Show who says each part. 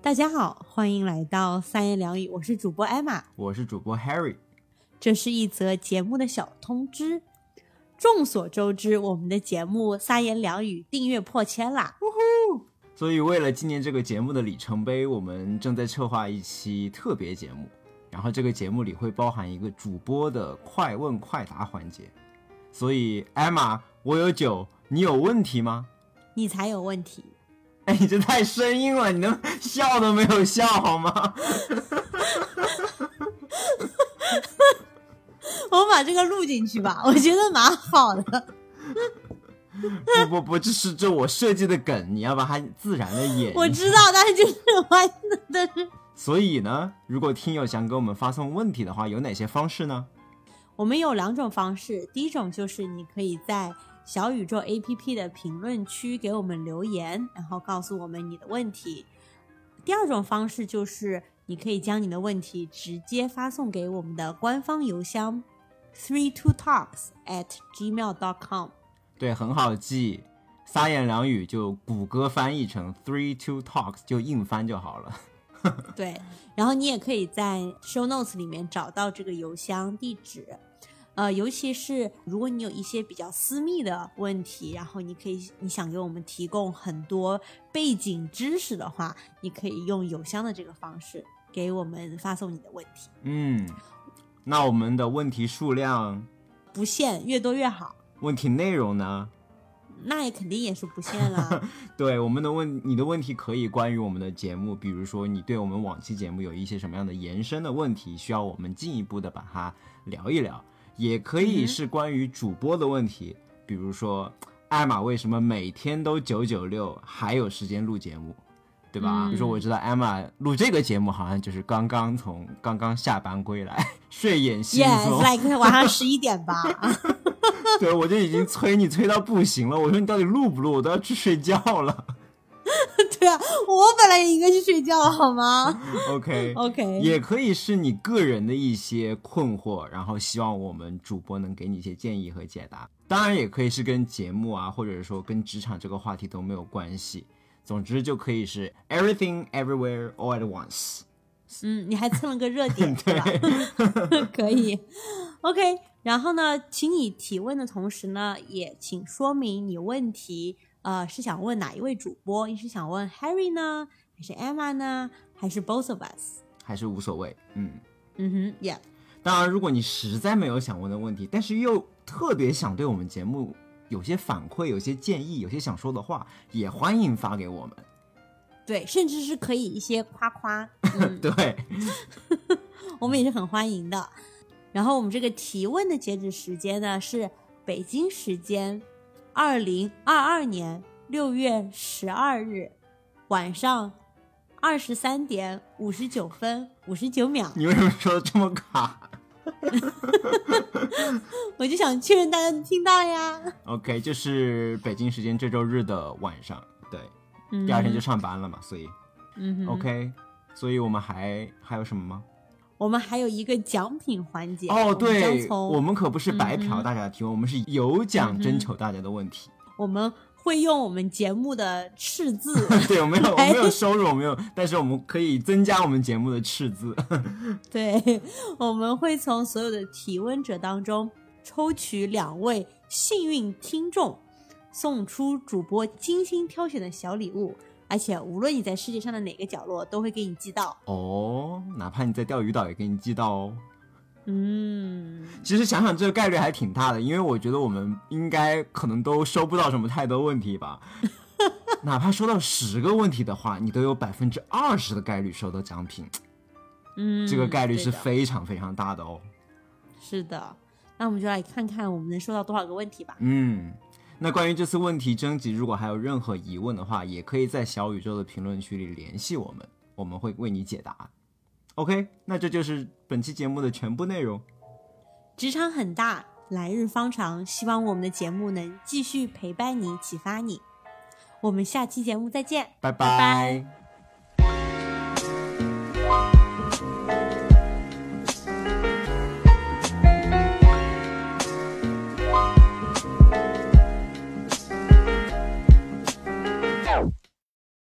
Speaker 1: 大家好，欢迎来到三言两语，我是主播艾玛。
Speaker 2: 我是主播 Harry。
Speaker 1: 这是一则节目的小通知。众所周知，我们的节目《三言两语》订阅破千啦！
Speaker 2: 所以，为了纪念这个节目的里程碑，我们正在策划一期特别节目。然后，这个节目里会包含一个主播的快问快答环节。所以，艾玛，我有酒，你有问题吗？
Speaker 1: 你才有问题。
Speaker 2: 哎，你这太生硬了，你能笑都没有笑好吗？
Speaker 1: 我们把这个录进去吧，我觉得蛮好的。
Speaker 2: 不不不，这是这我设计的梗，你要把它自然的演。
Speaker 1: 我知道，但是就是完了，但是
Speaker 2: 所以呢，如果听友想给我们发送问题的话，有哪些方式呢？
Speaker 1: 我们有两种方式，第一种就是你可以在小宇宙 APP 的评论区给我们留言，然后告诉我们你的问题；第二种方式就是你可以将你的问题直接发送给我们的官方邮箱 three two talks at gmail dot com。
Speaker 2: 对，很好记，三言两语就谷歌翻译成 three two talks 就硬翻就好了。
Speaker 1: 对，然后你也可以在 show notes 里面找到这个邮箱地址。呃，尤其是如果你有一些比较私密的问题，然后你可以你想给我们提供很多背景知识的话，你可以用邮箱的这个方式给我们发送你的问题，
Speaker 2: 嗯，那我们的问题数量、
Speaker 1: 不限，越多越好。
Speaker 2: 问题内容呢？
Speaker 1: 那也肯定也是不限啦。
Speaker 2: 对，我们的问你的问题可以关于我们的节目，比如说你对我们往期节目有一些什么样的延伸的问题，需要我们进一步的把它聊一聊，也可以
Speaker 1: 嗯
Speaker 2: 是关于主播的问题，比如说艾玛为什么每天都九九六还有时间录节目，对
Speaker 1: 嗯
Speaker 2: 吧？比如说我知道艾玛录这个节目好像就是刚刚从刚刚下班归来， 睡眼惺忪。
Speaker 1: Yes，like 晚上十一点吧。
Speaker 2: 对，我就已经催你催到不行了。我说你到底录不录？我都要去睡觉了。
Speaker 1: 对啊，我本来也应该去睡觉了，好 吗
Speaker 2: OK，
Speaker 1: ？OK，
Speaker 2: 也可以是你个人的一些困惑，然后希望我们主播能给你一些建议和解答。当然，也可以是跟节目啊，或者说跟职场这个话题都没有关系。总之就可以是 everything everywhere all at once。
Speaker 1: 嗯，你还蹭了个热点，对
Speaker 2: 对
Speaker 1: 吧？ 可以，OK。然后呢，请你提问的同时呢，也请说明你问题，呃，是想问哪一位主播？你是想问 Harry 呢，还是 Emma 呢，还是 both of us？
Speaker 2: 还是无所谓。嗯，
Speaker 1: 嗯哼，Yeah，
Speaker 2: 当然，如果你实在没有想问的问题，但是又特别想对我们节目有些反馈、有些建议、有些想说的话，也欢迎发给我们。
Speaker 1: 对，甚至是可以一些夸夸，嗯，
Speaker 2: 对，
Speaker 1: 我们也是很欢迎的。然后我们这个提问的截止时间呢是北京时间二零二二年六月十二日晚上二十三点五十九分五十九秒。
Speaker 2: 你为什么说的这么卡
Speaker 1: 我就想确认大家听到呀。
Speaker 2: ？OK，就是北京时间这周日的晚上，对，
Speaker 1: 嗯，
Speaker 2: 第二天就上班了嘛，所以
Speaker 1: 嗯哼
Speaker 2: OK，所以我们还还有什么吗？
Speaker 1: 我们还有一个奖品环节
Speaker 2: 哦，
Speaker 1: 我们将
Speaker 2: 对，
Speaker 1: 从
Speaker 2: 我们可不是白嫖
Speaker 1: 嗯
Speaker 2: 大家的提问，我们是有奖征求大家的问题。
Speaker 1: 我们会用我们节目的赤 字
Speaker 2: 对，我 没有，我
Speaker 1: 来
Speaker 2: 没有收入，我没有，但是我们可以增加我们节目的赤字。
Speaker 1: 对，我们会从所有的提问者当中抽取两位幸运听众，送出主播精心挑选的小礼物，而且无论你在世界上的哪个角落，都会给你寄到。
Speaker 2: 哦，哪怕你在钓鱼岛也给你寄到哦。
Speaker 1: 嗯，
Speaker 2: 其实想想这个概率还挺大的，因为我觉得我们应该可能都收不到什么太多问 题吧。哪怕收到十个问题的话，你都有百分之二十的概率收到奖品，
Speaker 1: 嗯，
Speaker 2: 这个概率
Speaker 1: 对
Speaker 2: 是
Speaker 1: 的
Speaker 2: 非常非常大的哦。
Speaker 1: 是的。那我们就来看看我们能收到多少个问题吧。
Speaker 2: 嗯，那关于这次问题征集，如果还有任何疑问的话，也可以在小宇宙的评论区里联系我们，我们会为你解答。OK，那这就是本期节目的全部内容。
Speaker 1: 职场很大，来日方长，希望我们的节目能继续陪伴你、启发你。我们下期节目再见。
Speaker 2: 拜
Speaker 1: 拜
Speaker 2: 拜